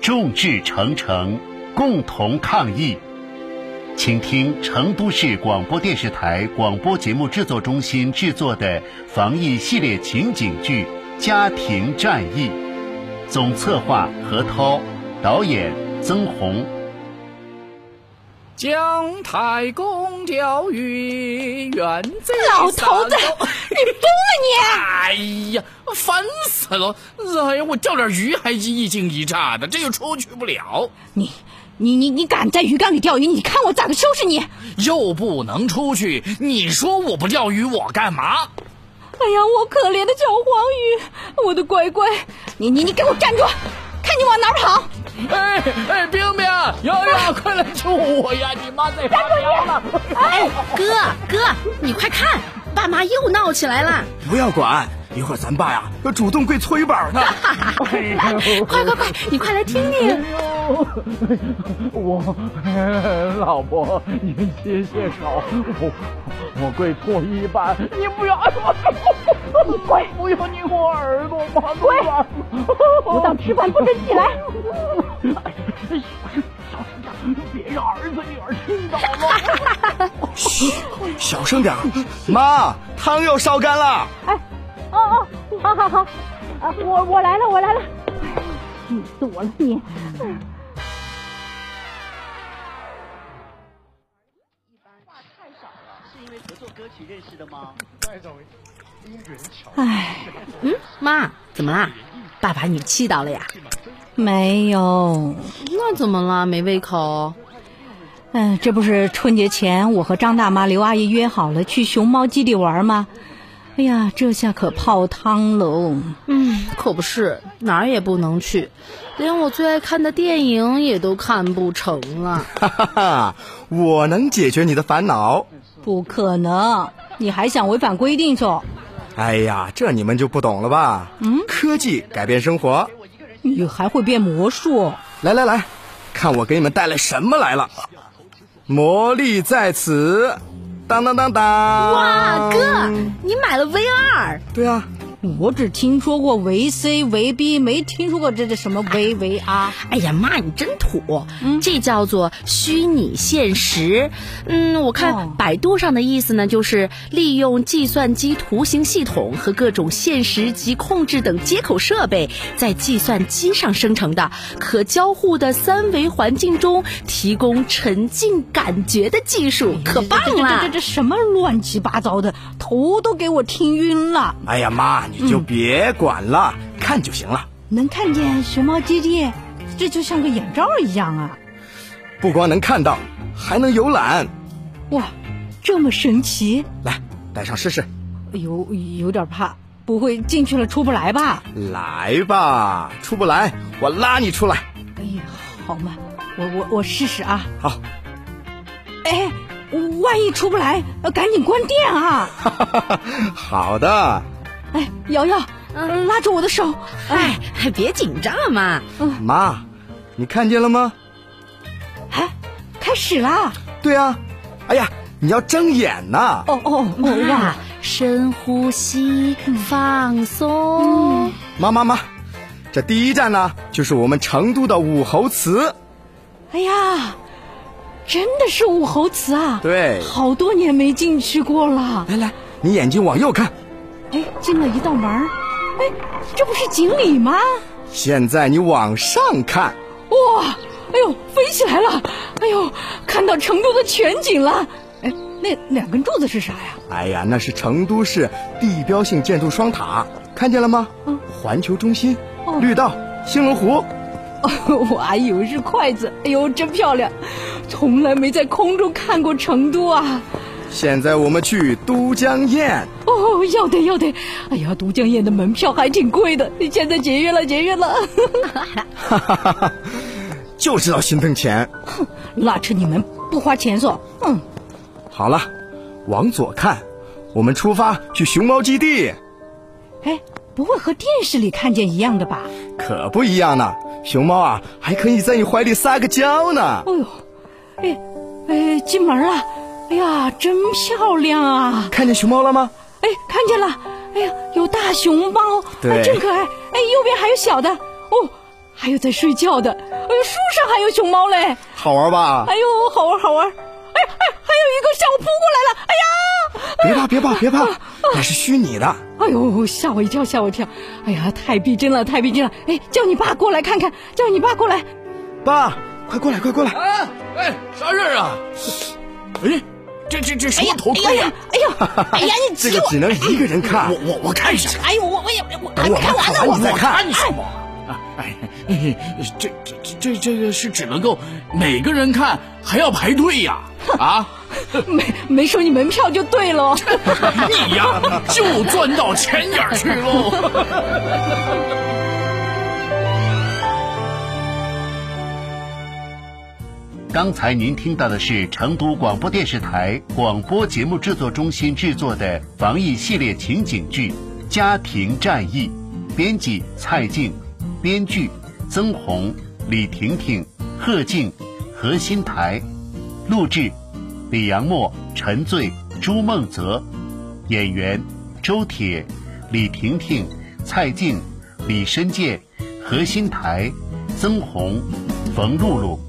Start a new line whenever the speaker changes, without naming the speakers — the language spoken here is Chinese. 众志成城，共同抗疫。请听成都市广播电视台广播节目制作中心制作的防疫系列情景剧《家庭战役》，总策划何涛，导演曾红。
姜太公钓鱼，远在
老头子，
山东
你疯啊
哎呀，烦死了！哎呀，我钓点鱼还一惊一乍的，这又出去不了，
你！你你你你敢在鱼缸里钓鱼？你看我咋个收拾你！哎
又不能出去。你说我不钓鱼，我干嘛？
哎呀，我可怜的小黄鱼，我的乖乖！你你你给我站住！看你往哪儿跑！
哎哎，冰冰，瑶瑶，快来救我呀！你妈在发飙了！
哎，哥哥，你快看，爸妈又闹起来了！
不要管，一会儿咱爸呀要主动跪搓 衣板呢。
哎
快快快，你快来听
嗯
听！
我、哎老婆，您歇歇手，我我跪搓衣板，您不要，你跪，不要拧我耳朵吗？跪，
我当吃饭不准起来！
别让儿子女儿听到了。
小声点儿，妈，汤要烧干了。
哦哦，好好好，啊，我我来了，我来了！你死我了你！哎，
嗯妈，怎么啦？爸把你气到了呀？
没有，
那怎么了？没胃口？
嗯，这不是春节前我和张大妈、刘阿姨约好了去熊猫基地玩吗？哎呀，这下可泡汤喽！
嗯，可不是，哪儿也不能去，连我最爱看的电影也都看不成了。
哈哈哈，我能解决你的烦恼。
嗯
不可能，你还想违反规定走？
哎呀，这你们就不懂了吧？嗯，科技改变生活。
你还会变魔术？
来来来，看我给你们带来什么来了！魔力在此，当当当当！
嗯
哇，啊哥，你买了 VR，
对啊，
我只听说过维 C、维 B，没听说过这这什么维维 R。
哎呀妈，你真土！
嗯
这叫做虚拟现实。嗯，我
哦
看百度上的意思呢，就是利用计算机图形系统和各种现实及控制等接口设备，在计算机上生成的可交互的三维环境中提供沉浸感觉的技
哎
术，可棒
这这这
了！
这什么乱七八糟的，头都给我听晕了。
哎呀妈，你就别管了，
嗯
看就行了。
能看见熊猫基地，这就像个眼罩一样啊！
不光能看到，还能游览。
哇，这么神奇，
来，戴上试试。
有有点怕，不会进去了出不来吧？
来吧，出不来，我拉你出来。
哎呀，好嘛，我我我试试啊！
好，
哎，万一出不来，呃赶紧关店啊！
好的，
哎，瑶瑶，呃拉住我的手，
哎， 还别紧张嘛。
妈，你看见了吗？
哎，开始啦！
对啊，哎呀，你要睁眼呐！
哦哦哦，哇
哇！，深呼吸，放松。
嗯
妈妈妈，这第一站呢，就是我们成都的武侯祠。
哎呀，真的是武侯祠啊！
对
好多年没进去过了。
来来，你眼睛往右看，
哎，进了一道门儿，哎，这不是锦鲤吗？
现在你往上看，
哇，哎呦，飞起来了！哎呦，看到成都的全景了。哎，那两根柱子是啥呀？
哎呀，那是成都市地标性建筑双塔，看见了吗？
嗯
环球中心、
哦
绿道、兴隆湖，
哦，我还以为是筷子。哎呦，真漂亮！从来没在空中看过成都啊。
现在我们去都江堰。
哦，要得要得！哎呀，都江堰的门票还挺贵的，现在节约了节约了。
就知道心疼钱。
拉扯你们不花钱嗦。嗯，
好了，往左看，我们出发去熊猫基地，
哎，不会和电视里看见一样的吧？
可不一样呢。熊猫啊，还可以在你怀里撒个娇呢。
哦呦，哎，哎，进门了，哎呀，真漂亮啊！
看见熊猫了吗？
哎，看见了，哎呀，有大熊猫，
对
哎，真可爱。哎，右边还有小的，哦，还有在睡觉的，哎呦，树上还有熊猫嘞，
好玩吧？
哎呦，好玩好玩，哎哎，还有一个向我扑过来了，
别怕，别怕，别怕，那是虚拟的。
哎呀，哎呦，吓我一跳，吓我一跳，哎呀，太逼真了，太逼真了，哎，叫你爸过来看看，叫你爸过来，
爸，快过来，快过来！
哎哎，啥事儿啊？哎，这这这什么头
哎
盔
呀
呀？，
哎呦，哎呀，你
这
急
个
我，
只能一个人看
我，我我看一下，
哎呦，我我也我还
等
没
哎我们
看完呢，
看完你再看
哎看什么？哎，哎这这这这这个是只能够每个人看，还要排队呀！啊，
没没收你门票就对了。
你呀就钻到钱眼儿去喽。
刚才您听到的是成都广播电视台广播节目制作中心制作的防疫系列情景剧《家庭战役》，编辑蔡静，编剧曾红、李婷婷、贺静、何新台，录制李阳墨、陈醉、朱梦泽，演员周铁、李婷婷、蔡静、李申健、何新台、曾红、冯露露。